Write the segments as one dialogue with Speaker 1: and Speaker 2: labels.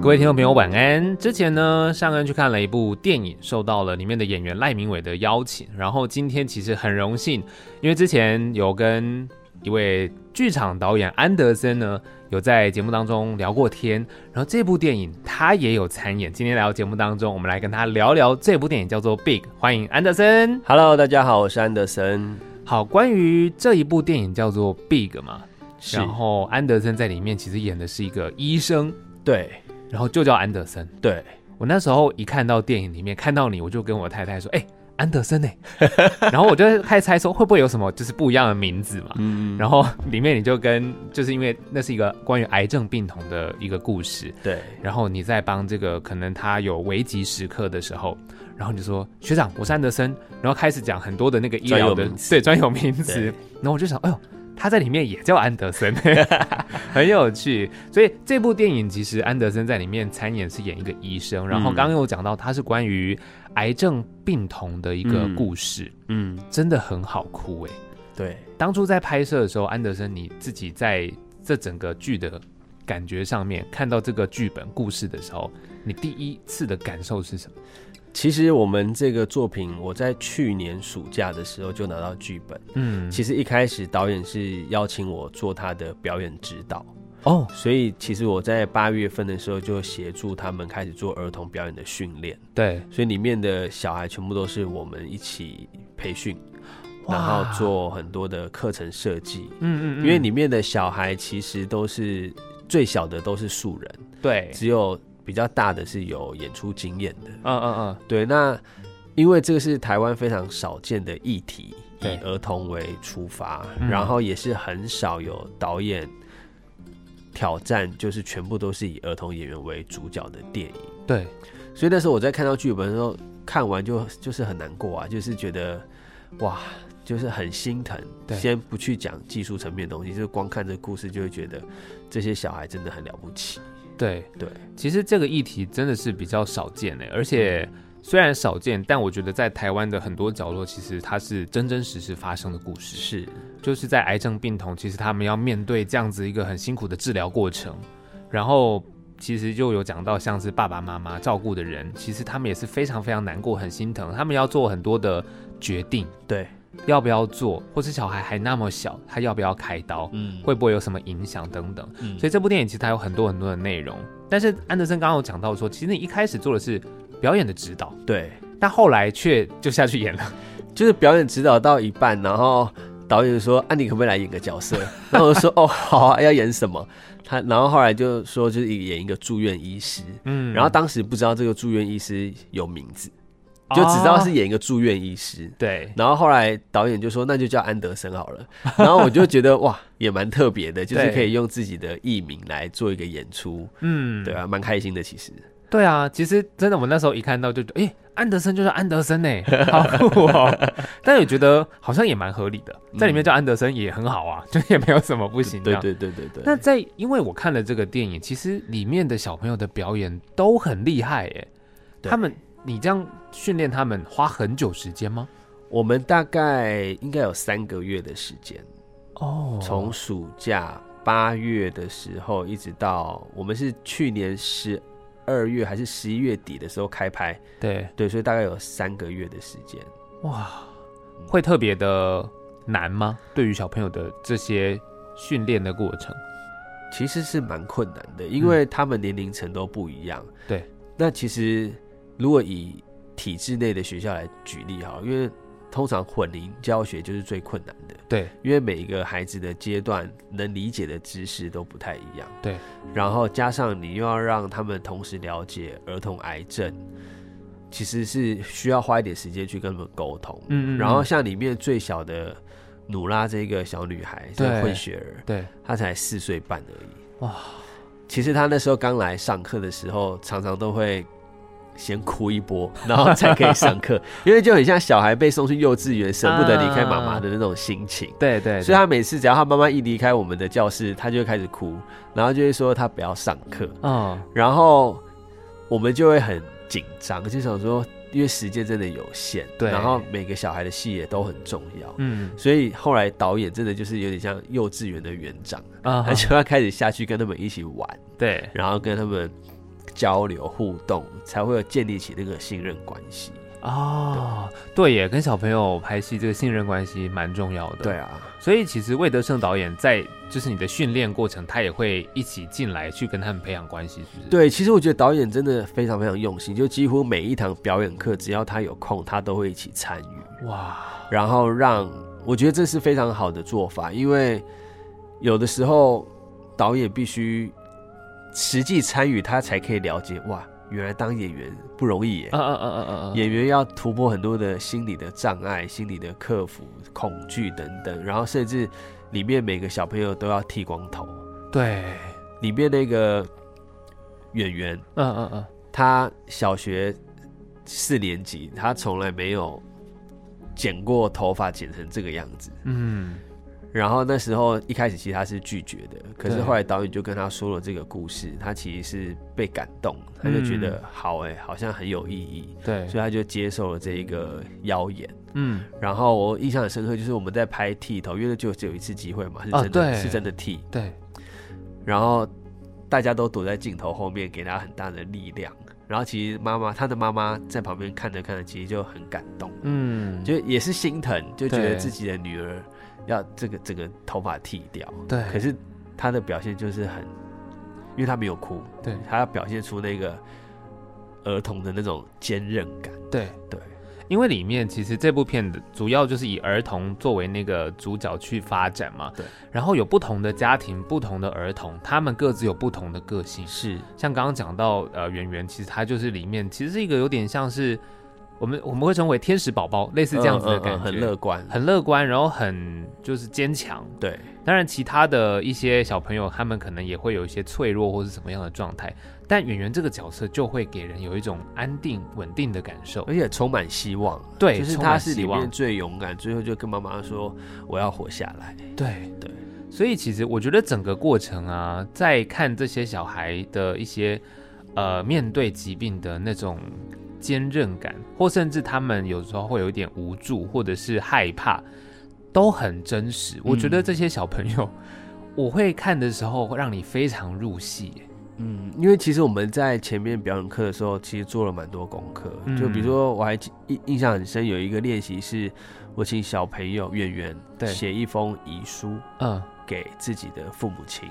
Speaker 1: 各位听众朋友，晚安。之前呢，上恩去看了一部电影，受到了里面的演员赖明伟的邀请。然后今天其实很荣幸，因为之前有跟一位剧场导演安德森呢有在节目当中聊过天，然后这部电影他也有参演。今天来到节目当中，我们来跟他聊聊这部电影，叫做《Big》。欢迎安德森。
Speaker 2: Hello，大家好，我是安德森。
Speaker 1: 好，关于这一部电影叫做《Big》嘛，
Speaker 2: 是
Speaker 1: 然后安德森在里面其实演的是一个医生，
Speaker 2: 对
Speaker 1: 然后就叫安德森。
Speaker 2: 对，
Speaker 1: 我那时候一看到电影里面看到你，我就跟我太太说：“哎、安德森呢、然后我就开始猜说会不会有什么就是不一样的名字嘛。
Speaker 2: 嗯，
Speaker 1: 然后里面你就跟就是因为那是一个关于癌症病童的一个故事，
Speaker 2: 对
Speaker 1: 然后你在帮这个可能他有危急时刻的时候，然后你就说学长我是安德森，然后开始讲很多的那个医疗
Speaker 2: 专
Speaker 1: 的
Speaker 2: 有名词
Speaker 1: 对专有名词
Speaker 2: 对，
Speaker 1: 然后我就想，哎呦。他在里面也叫安德 森，很有趣。所以这部电影其实安德森在里面参演是演一个医生，然后
Speaker 2: 嗯
Speaker 1: 刚刚有讲到他是关于癌症病童的一个故事，
Speaker 2: 嗯
Speaker 1: 真的很好哭哎、
Speaker 2: 对，
Speaker 1: 当初在拍摄的时候，安德森你自己在这整个剧的感觉上面看到这个剧本故事的时候，你第一次的感受是什么？
Speaker 2: 其实我们这个作品，我在去年暑假的时候就拿到剧本。
Speaker 1: 嗯，
Speaker 2: 其实一开始导演是邀请我做他的表演指导，
Speaker 1: 哦，
Speaker 2: 所以其实我在八月份的时候就协助他们开始做儿童表演的训练，
Speaker 1: 对，
Speaker 2: 所以里面的小孩全部都是我们一起培训，
Speaker 1: 哇
Speaker 2: 然后，做很多的课程设计。
Speaker 1: 嗯
Speaker 2: 因为里面的小孩其实都是最小的都是素人，
Speaker 1: 对，
Speaker 2: 只有比较大的是有演出经验的。
Speaker 1: 嗯嗯嗯，
Speaker 2: 对，那因为这个是台湾非常少见的议题，
Speaker 1: 对
Speaker 2: 以儿童为出发，
Speaker 1: 嗯
Speaker 2: 然后也是很少有导演挑战，就是全部都是以儿童演员为主角的电影。
Speaker 1: 对，
Speaker 2: 所以那时候我在看到剧本的时候，看完就就是很难过啊，就是觉得哇，就是很心疼。
Speaker 1: 对
Speaker 2: 先不去讲技术层面的东西，就光看这故事就会觉得这些小孩真的很了不起。
Speaker 1: 对
Speaker 2: 对，
Speaker 1: 其实这个议题真的是比较少见的，而且虽然少见，但我觉得在台湾的很多角落，其实它是真真实实发生的故事。
Speaker 2: 是，
Speaker 1: 就是在癌症病童，其实他们要面对这样子一个很辛苦的治疗过程，然后其实就有讲到像是爸爸妈妈照顾的人，其实他们也是非常非常难过、很心疼，他们要做很多的决定，
Speaker 2: 对，
Speaker 1: 要不要做，或是小孩还那么小，他要不要开刀，
Speaker 2: 嗯，
Speaker 1: 会不会有什么影响等等。
Speaker 2: 嗯
Speaker 1: 所以这部电影其实它有很多很多的内容，但是安德森刚刚有讲到说，其实你一开始做的是表演的指导，
Speaker 2: 对，
Speaker 1: 但后来却就下去演了。
Speaker 2: 就是表演指导到一半，然后导演说：“啊，你可不可以来演个角色？” 然后我就说：“哦，好啊，要演什么？”他然后后来就说，就是演一个住院医师。
Speaker 1: 嗯
Speaker 2: 然后当时不知道这个住院医师有名字，就只知道是
Speaker 1: 哦
Speaker 2: 演一个住院医师。
Speaker 1: 对
Speaker 2: 然后后来导演就说那就叫安德森好了，然后我就觉得哇也蛮特别的，就是
Speaker 1: 对
Speaker 2: 可以用自己的艺名来做一个演出，
Speaker 1: 嗯
Speaker 2: 对啊，蛮开心的其实。
Speaker 1: 对啊，其实真的，我那时候一看到就觉得，哎、安德森就是安德 森呢，好酷哦！但也觉得好像也蛮合理的，在里面叫安德森也很好啊， 就也没有什么不行的。
Speaker 2: 嗯对对对对对。
Speaker 1: 那在因为我看了这个电影，其实里面的小朋友的表演都很厉害耶。
Speaker 2: 对
Speaker 1: 他们，你这样训练他们花很久时间吗？
Speaker 2: 我们大概应该有三个月的时间，
Speaker 1: 哦
Speaker 2: 从暑假八月的时候一直到我们是去年十二月还是十一月底的时候开拍，
Speaker 1: 对
Speaker 2: 对，所以大概有三个月的时间。
Speaker 1: 哇，
Speaker 2: 嗯
Speaker 1: 会特别的难吗？对于小朋友的这些训练的过程，
Speaker 2: 其实是蛮困难的，因为他们年龄层都不一样。
Speaker 1: 嗯对，
Speaker 2: 那其实如果以体制内的学校来举例哈，因为通常混龄教学就是最困难的，
Speaker 1: 对
Speaker 2: 因为每一个孩子的阶段能理解的知识都不太一样。
Speaker 1: 对，
Speaker 2: 然后加上你又要让他们同时了解儿童癌症，其实是需要花一点时间去跟他们沟通。
Speaker 1: 嗯嗯嗯
Speaker 2: 然后像里面最小的努拉这个小女孩是
Speaker 1: 对
Speaker 2: 混血儿，
Speaker 1: 对，
Speaker 2: 她才四岁半而已。
Speaker 1: 哇！
Speaker 2: 其实她那时候刚来上课的时候，常常都会先哭一波， 然后才可以上课， 因为就很像小孩被送去幼稚园，舍不得离开妈妈的那种心情。
Speaker 1: 对对对
Speaker 2: 所以她每次只要她妈妈一离开我们的教室，她就会开始哭，然后就会说她不要上课，
Speaker 1: 嗯，
Speaker 2: 然后我们就会很紧张，就想说，因为时间真的有限，
Speaker 1: 对
Speaker 2: 然后每个小孩的戏也都很重要，
Speaker 1: 嗯
Speaker 2: 所以后来导演真的就是有点像幼稚园的园长。
Speaker 1: 啊
Speaker 2: 他就要开始下去跟他们一起玩，
Speaker 1: 对
Speaker 2: 然后跟他们交流互动，才会有建立起那个信任关系。
Speaker 1: 哦，对耶，跟小朋友拍戏这个信任关系蛮重要的。
Speaker 2: 对，啊，
Speaker 1: 所以其实魏德胜导演在就是你的训练过程，他也会一起进来去跟他们培养关系，是不是？，
Speaker 2: 对，其实我觉得导演真的非常非常用心，就几乎每一堂表演课，只要他有空，他都会一起参与，
Speaker 1: 哇，
Speaker 2: 然后让我觉得这是非常好的做法，因为有的时候导演必须实际参与，他才可以了解哇，原来当演员不容易耶。
Speaker 1: 嗯嗯嗯嗯嗯嗯，
Speaker 2: 演员要突破很多的心理的障碍、心理的克服、恐惧等等，然后甚至里面每个小朋友都要剃光头。
Speaker 1: 对，
Speaker 2: 里面那个演员，
Speaker 1: 嗯嗯嗯，
Speaker 2: 他小学四年级，他从来没有剪过头发，剪成这个样子。
Speaker 1: 嗯，
Speaker 2: 然后那时候一开始其实他是拒绝的，可是
Speaker 1: 对
Speaker 2: 后来导演就跟他说了这个故事，他其实是被感动，他就觉得、好哎、好像很有意义，
Speaker 1: 对
Speaker 2: 所以，他就接受了这一个邀演。
Speaker 1: 嗯，
Speaker 2: 然后我印象很深刻，就是我们在拍剃头，因为就只有一次机会嘛，是
Speaker 1: 啊
Speaker 2: 真的、
Speaker 1: 对
Speaker 2: 是真的剃，
Speaker 1: 对，
Speaker 2: 然后大家都躲在镜头后面，给他很大的力量。然后其实妈妈，他的妈妈在旁边看着看着，其实就很感动，
Speaker 1: 嗯，
Speaker 2: 就也是心疼，就觉得
Speaker 1: 对
Speaker 2: 自己的女儿要这个整个头发剃掉。
Speaker 1: 对，
Speaker 2: 可是他的表现就是很，因为他没有哭，
Speaker 1: 对
Speaker 2: 他要表现出那个儿童的那种坚韧感。
Speaker 1: 对
Speaker 2: 对，
Speaker 1: 因为里面其实这部片的主要就是以儿童作为那个主角去发展嘛。
Speaker 2: 对。
Speaker 1: 然后有不同的家庭、不同的儿童，他们各自有不同的个性。
Speaker 2: 是
Speaker 1: 像刚刚讲到，呃，圆圆其实她就是里面其实是一个有点像是我们我们会称为天使宝宝，类似这样子的感觉，
Speaker 2: 嗯很乐观。
Speaker 1: 很乐观，然后很就是坚强。
Speaker 2: 对，
Speaker 1: 当然，其他的一些小朋友，他们可能也会有一些脆弱或是什么样的状态，但圆圆这个角色就会给人有一种安定、稳定的感受。
Speaker 2: 而且充满希望。啊
Speaker 1: 对
Speaker 2: 就是
Speaker 1: 充
Speaker 2: 他
Speaker 1: 满
Speaker 2: 是
Speaker 1: 希
Speaker 2: 里面
Speaker 1: 望
Speaker 2: 最勇敢，最后就跟妈妈说：“我要活下来。
Speaker 1: 对
Speaker 2: 对，
Speaker 1: 所以其实我觉得整个过程啊，在看这些小孩的一些呃面对疾病的那种坚韧感，或甚至他们有时候会有一点无助或者是害怕，都很真实。我觉
Speaker 2: 嗯
Speaker 1: 得这些小朋友， 我会看的时候会让你非常入戏耶。”
Speaker 2: 嗯，因为其实我们在前面表演课的时候，其实做了蛮多功课。
Speaker 1: 嗯
Speaker 2: 就比如说，我还记印印象很深，有一个练习是，我请小朋友圆圆
Speaker 1: 对
Speaker 2: 写一封遗书
Speaker 1: 嗯，
Speaker 2: 给自己的父母亲，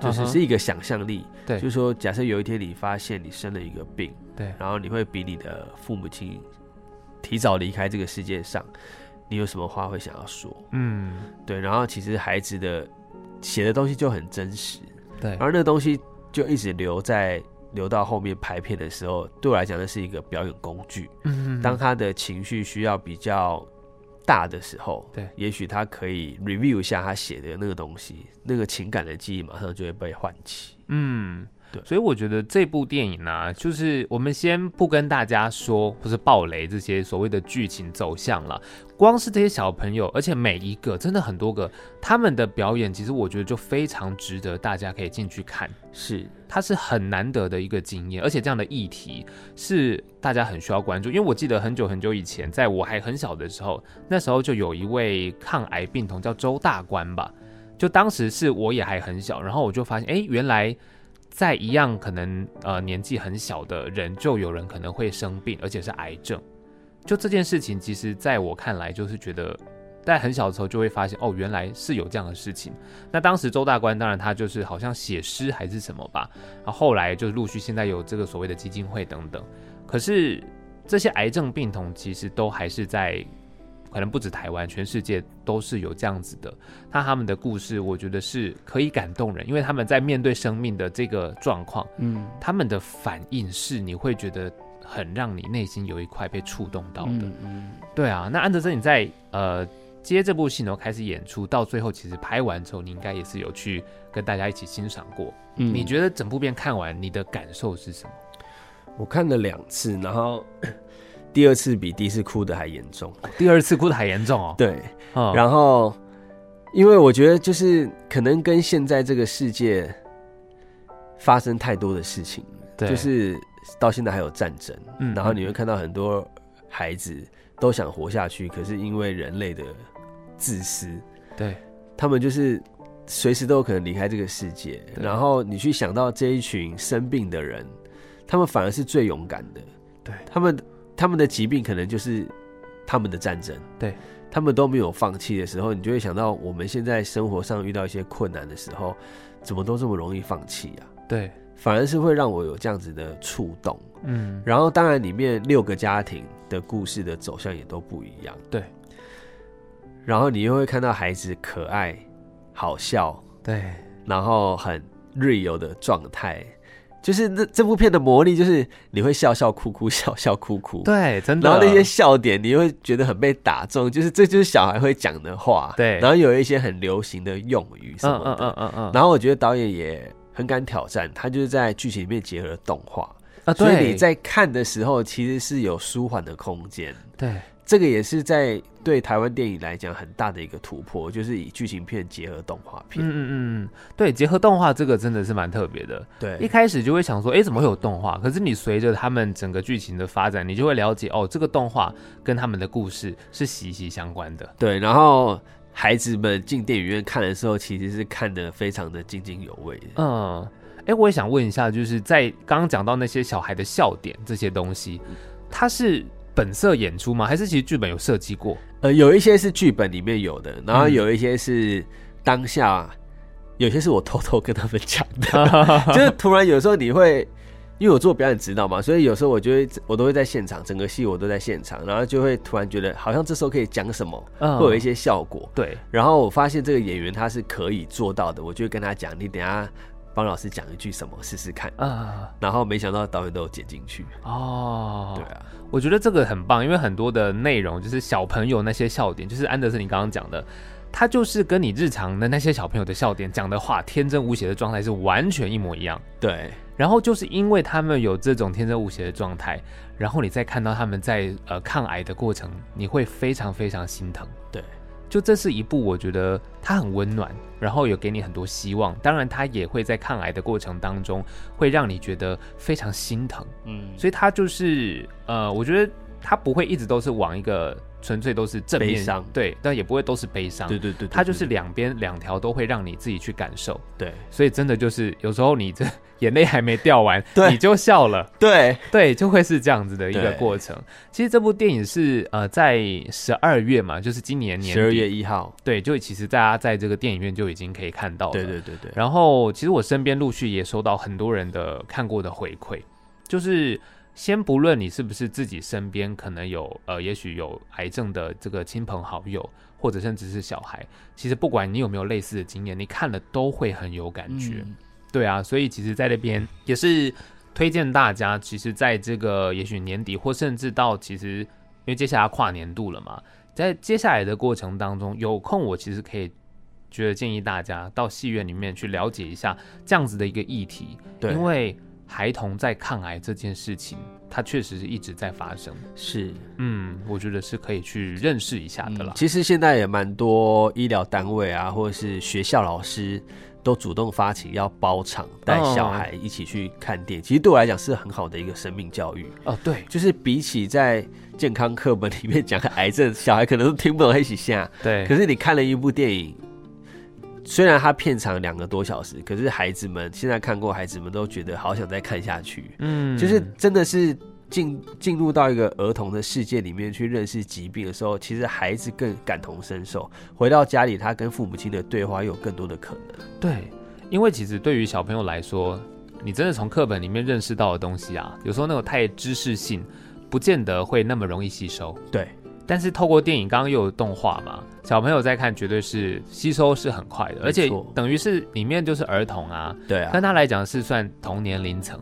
Speaker 2: 就是
Speaker 1: 嗯哼
Speaker 2: 是一个想象力。
Speaker 1: 对
Speaker 2: 就是说，假设有一天你发现你生了一个病，
Speaker 1: 对
Speaker 2: 然后你会比你的父母亲提早离开这个世界上，你有什么话会想要说？
Speaker 1: 嗯，
Speaker 2: 对，然后其实孩子的写的东西就很真实，
Speaker 1: 对
Speaker 2: 然，后那个东西就一直留在留到后面拍片的时候，对我来讲，那是一个表演工具。
Speaker 1: 嗯
Speaker 2: 当他的情绪需要比较大的时候，
Speaker 1: 对
Speaker 2: 也许他可以 review 一下他写的那个东西，那个情感的记忆马上就会被唤起。
Speaker 1: 嗯，
Speaker 2: 对
Speaker 1: 所以我觉得这部电影呢、就是我们先不跟大家说或是暴雷这些所谓的剧情走向了，光是这些小朋友，而且每一个真的很多个，他们的表演其实我觉得就非常值得大家可以进去看。
Speaker 2: 是，
Speaker 1: 它是很难得的一个经验，而且这样的议题是大家很需要关注。因为我记得很久很久以前，在我还很小的时候，那时候就有一位抗癌病童叫周大官吧，就当时是我也还很小，然后我就发现，哎，原来在一样可能呃年纪很小的人，就有人可能会生病，而且是癌症。就这件事情，其实在我看来，就是觉得在很小的时候就会发现，哦，原来是有这样的事情。那当时周大官，当然他就是好像写诗还是什么吧，然后后来就是陆续现在有这个所谓的基金会等等。可是这些癌症病童其实都还是在，可能不止台湾，全世界都是有这样子的。那他们的故事，我觉得是可以感动人，因为他们在面对生命的这个状况，
Speaker 2: 嗯，
Speaker 1: 他们的反应是你会觉得很让你内心有一块被触动到的。
Speaker 2: 嗯
Speaker 1: 对啊，那安德森你在呃接这部戏然后开始演出，到最后其实拍完之后，你应该也是有去跟大家一起欣赏过。
Speaker 2: 嗯
Speaker 1: 你觉得整部片看完，你的感受是什么？
Speaker 2: 我看了两次，然后 第二次比第一次哭的还严重。
Speaker 1: 第二次哭的还严重哦。
Speaker 2: 对，
Speaker 1: 嗯
Speaker 2: 然后，因为我觉得就是可能跟现在这个世界发生太多的事情，
Speaker 1: 对，
Speaker 2: 就是到现在还有战争，
Speaker 1: 嗯
Speaker 2: 然后你会看到很多孩子都想活下去，可是因为人类的自私，
Speaker 1: 嗯对
Speaker 2: 他们就是随时都有可能离开这个世界。
Speaker 1: 对
Speaker 2: 然后你去想到这一群生病的人，他们反而是最勇敢的。
Speaker 1: 对
Speaker 2: 他们，他们的疾病可能就是他们的战争。
Speaker 1: 对，
Speaker 2: 他们都没有放弃的时候，你就会想到我们现在生活上遇到一些困难的时候，怎么都这么容易放弃啊？
Speaker 1: 对，
Speaker 2: 反而是会让我有这样子的触动。
Speaker 1: 嗯，
Speaker 2: 然后，当然里面六个家庭的故事的走向也都不一样。
Speaker 1: 对，
Speaker 2: 然后你又会看到孩子可爱、好笑，
Speaker 1: 对，
Speaker 2: 然后很日游的状态，就是那这部片的魔力就是你会笑笑哭哭笑笑哭哭，
Speaker 1: 对，真的。
Speaker 2: 然后那些笑点你会觉得很被打中，就是这就是小孩会讲的话，
Speaker 1: 对
Speaker 2: 然后有一些很流行的用语什
Speaker 1: 嗯
Speaker 2: 么的，
Speaker 1: 嗯嗯嗯嗯，
Speaker 2: 然后我觉得导演也很敢挑战，他就是在剧情里面结合了动画，
Speaker 1: 啊，
Speaker 2: 所以
Speaker 1: 对
Speaker 2: 你在看的时候其实是有舒缓的空间。
Speaker 1: 对
Speaker 2: 这个也是在对台湾电影来讲很大的一个突破，就是以剧情片结合动画片。
Speaker 1: 嗯嗯嗯，对，结合动画这个真的是蛮特别的。
Speaker 2: 对，
Speaker 1: 一开始就会想说，哎，怎么会有动画？可是你随着他们整个剧情的发展，你就会了解哦，这个动画跟他们的故事是息息相关的。
Speaker 2: 对，然后孩子们进电影院看的时候，其实是看得非常的津津有味的。
Speaker 1: 嗯，哎，我也想问一下，就是在刚刚讲到那些小孩的笑点这些东西，它是本色演出吗？还是其实剧本有设计过？
Speaker 2: 呃，有一些是剧本里面有的，然后
Speaker 1: 嗯
Speaker 2: 有一些是当下，有些是我偷偷跟他们讲 的，就是突然有时候你会。因为我做表演指导嘛，所以有时候我就会我都会在现场，整个戏我都在现场，然后就会突然觉得好像这时候可以讲什么，
Speaker 1: 嗯，
Speaker 2: 会有一些效果。
Speaker 1: 对，
Speaker 2: 然后我发现这个演员他是可以做到的，我就会跟他讲，你等一下帮老师讲一句什么试试看。
Speaker 1: 啊、
Speaker 2: 然后没想到导演都有剪进去，
Speaker 1: 哦，
Speaker 2: 对啊，
Speaker 1: 我觉得这个很棒，因为很多的内容就是小朋友那些笑点，就是安德森你刚刚讲的，他就是跟你日常的那些小朋友的笑点讲的话，天真无邪的状态是完全一模一样。
Speaker 2: 对
Speaker 1: 然后就是因为他们有这种天真无邪的状态，然后你再看到他们在呃抗癌的过程，你会非常非常心疼。
Speaker 2: 对
Speaker 1: 就这是一部我觉得它很温暖，然后有给你很多希望。当然，它也会在抗癌的过程当中，会让你觉得非常心疼。
Speaker 2: 嗯，
Speaker 1: 所以它就是呃，我觉得它不会一直都是往一个纯粹都是正面
Speaker 2: 悲伤
Speaker 1: 对，但也不会都是悲伤，
Speaker 2: 对对对，
Speaker 1: 它就是
Speaker 2: 对
Speaker 1: 两边两条都会让你自己去感受。
Speaker 2: 对
Speaker 1: 所以真的就是有时候你这 眼泪还没掉完，
Speaker 2: 对
Speaker 1: 你就笑了，
Speaker 2: 对
Speaker 1: 对，就会是这样子的一个
Speaker 2: 对
Speaker 1: 过程。其实这部电影是呃在十二月嘛，就是今年年
Speaker 2: 十二
Speaker 1: 底
Speaker 2: 月一号，
Speaker 1: 对，就其实大家在这个电影院就已经可以看到了。
Speaker 2: 对对对对，
Speaker 1: 然后，其实我身边陆续也收到很多人的看过的回馈，就是先不论你是不是自己身边可能有呃，也许有癌症的这个亲朋好友，或者甚至是小孩，其实不管你有没有类似的经验，你看了都会很有感觉。
Speaker 2: 嗯
Speaker 1: 对啊，所以其实在那边也是推荐大家，其实在这个也许年底或甚至到其实因为接下来跨年度了嘛，在接下来的过程当中，有空我其实可以觉得建议大家到戏院里面去了解一下这样子的一个议题，
Speaker 2: 对，
Speaker 1: 因为孩童在抗癌这件事情，它确实是一直在发生。
Speaker 2: 是嗯
Speaker 1: 嗯，我觉得是可以去认识一下的啦。
Speaker 2: 其实现在也蛮多医疗单位啊，或者是学校老师都主动发起要包场带小孩一起去看店，其实对我来讲是很好的一个生命教育。
Speaker 1: 哦，对
Speaker 2: 就是比起在健康课本里面讲癌症，小孩可能都听不懂一起 下。
Speaker 1: 对，
Speaker 2: 啊可是你看了一部电影，虽然它片长两个多小时，可是孩子们现在看过，孩子们都觉得好想再看下去，
Speaker 1: 嗯
Speaker 2: 就是真的是进进入到一个儿童的世界里面去认识疾病的时候，其实孩子更感同身受。回到家里，他跟父母亲的对话又有更多的可能。
Speaker 1: 对，因为其实对于小朋友来说，你真的从课本里面认识到的东西啊，有时候那种太知识性，不见得会那么容易吸收。
Speaker 2: 对
Speaker 1: 但是透过电影，刚刚又有动画嘛，小朋友在看绝对是吸收是很快的，而且
Speaker 2: 没错
Speaker 1: 等于是里面就是儿童啊，
Speaker 2: 对啊
Speaker 1: 跟，他来讲是算同年龄层，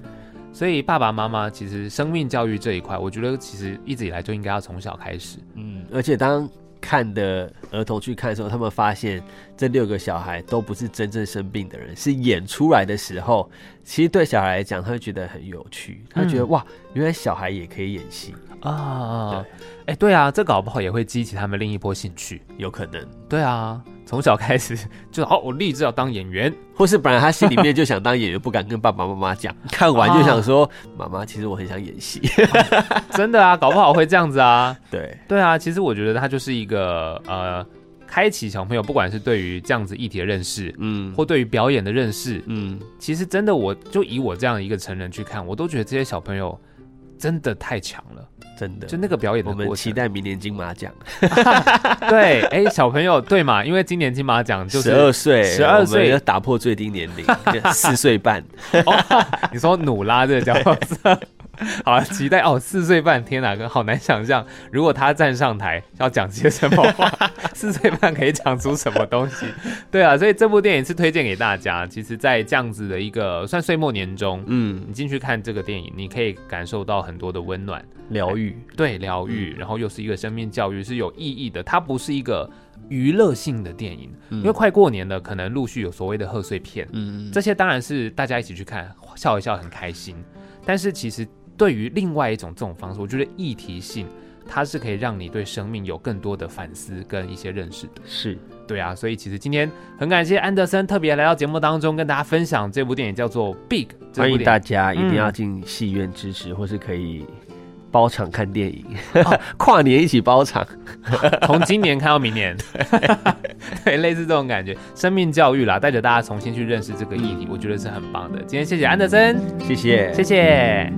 Speaker 1: 所以爸爸妈妈其实生命教育这一块，我觉得其实一直以来就应该要从小开始。
Speaker 2: 嗯，而且当看的儿童去看的时候，他们发现这六个小孩都不是真正生病的人，是演出来的时候，其实对小孩来讲，他会觉得很有趣，他会觉得、
Speaker 1: 嗯
Speaker 2: 哇，原来小孩也可以演戏，
Speaker 1: 啊，哎，对啊，这搞不好也会激起他们另一波兴趣。
Speaker 2: 有可能，
Speaker 1: 对啊，从小开始 就哦，我立志要当演员。
Speaker 2: 或是本来他心里面就想当演员，不敢跟爸爸妈妈 讲，看完就想说，妈妈，其实我很想演戏，
Speaker 1: 真的啊，搞不好会这样子啊。
Speaker 2: 对
Speaker 1: 对啊，其实我觉得它就是一个呃，开启小朋友不管是对于这样子议题的认识，
Speaker 2: 嗯
Speaker 1: 或对于表演的认识，
Speaker 2: 嗯，
Speaker 1: 其实真的我就以我这样一个成人去看，我都觉得这些小朋友真的太强了，
Speaker 2: 真的
Speaker 1: 就，那个表演的
Speaker 2: 我们
Speaker 1: 过
Speaker 2: 期
Speaker 1: 程。
Speaker 2: 待明年金马奖，
Speaker 1: 对，哎、小朋友对嘛？因为今年金马奖就
Speaker 2: 十
Speaker 1: 是
Speaker 2: 二岁，
Speaker 1: 12
Speaker 2: 我们
Speaker 1: 岁
Speaker 2: 要打破最低年 龄，四岁半，
Speaker 1: 你说努拉这个角色，好期待哦！四岁半，天哪，好难想象，如果他站上台要讲些什么话， 四岁半可以讲出什么东西？ 对啊，所以这部电影是推荐给大家。其实，在这样子的一个算岁末年终，
Speaker 2: 嗯，
Speaker 1: 你进去看这个电影，你可以感受到很多的温暖，
Speaker 2: 疗愈，
Speaker 1: 对疗愈，然后又是一个生命教育是有意义的，它不是一个娱乐性的电影，因为快过年了，可能陆续有所谓的贺岁片，
Speaker 2: 嗯，
Speaker 1: 这些当然是大家一起去看，笑一笑很开心。但是其实对于另外一种这种方式，我觉得议题性它是可以让你对生命有更多的反思跟一些认识的。
Speaker 2: 是，
Speaker 1: 对啊，所以其实今天很感谢安德森特别来到节目当中跟大家分享这部电影叫做《Big》，这
Speaker 2: 欢
Speaker 1: 部
Speaker 2: 迎
Speaker 1: 电
Speaker 2: 大
Speaker 1: 影
Speaker 2: 家一定要进戏院支持，或是可以包场看电影， 跨年一起包场，
Speaker 1: 从今年看到明 年，对，类似这种感觉，生命教育啦，
Speaker 2: 嗯
Speaker 1: 带着大家重新去认识这个议题，我觉得是很棒的。今天谢谢安德森，
Speaker 2: 谢谢，
Speaker 1: 谢谢。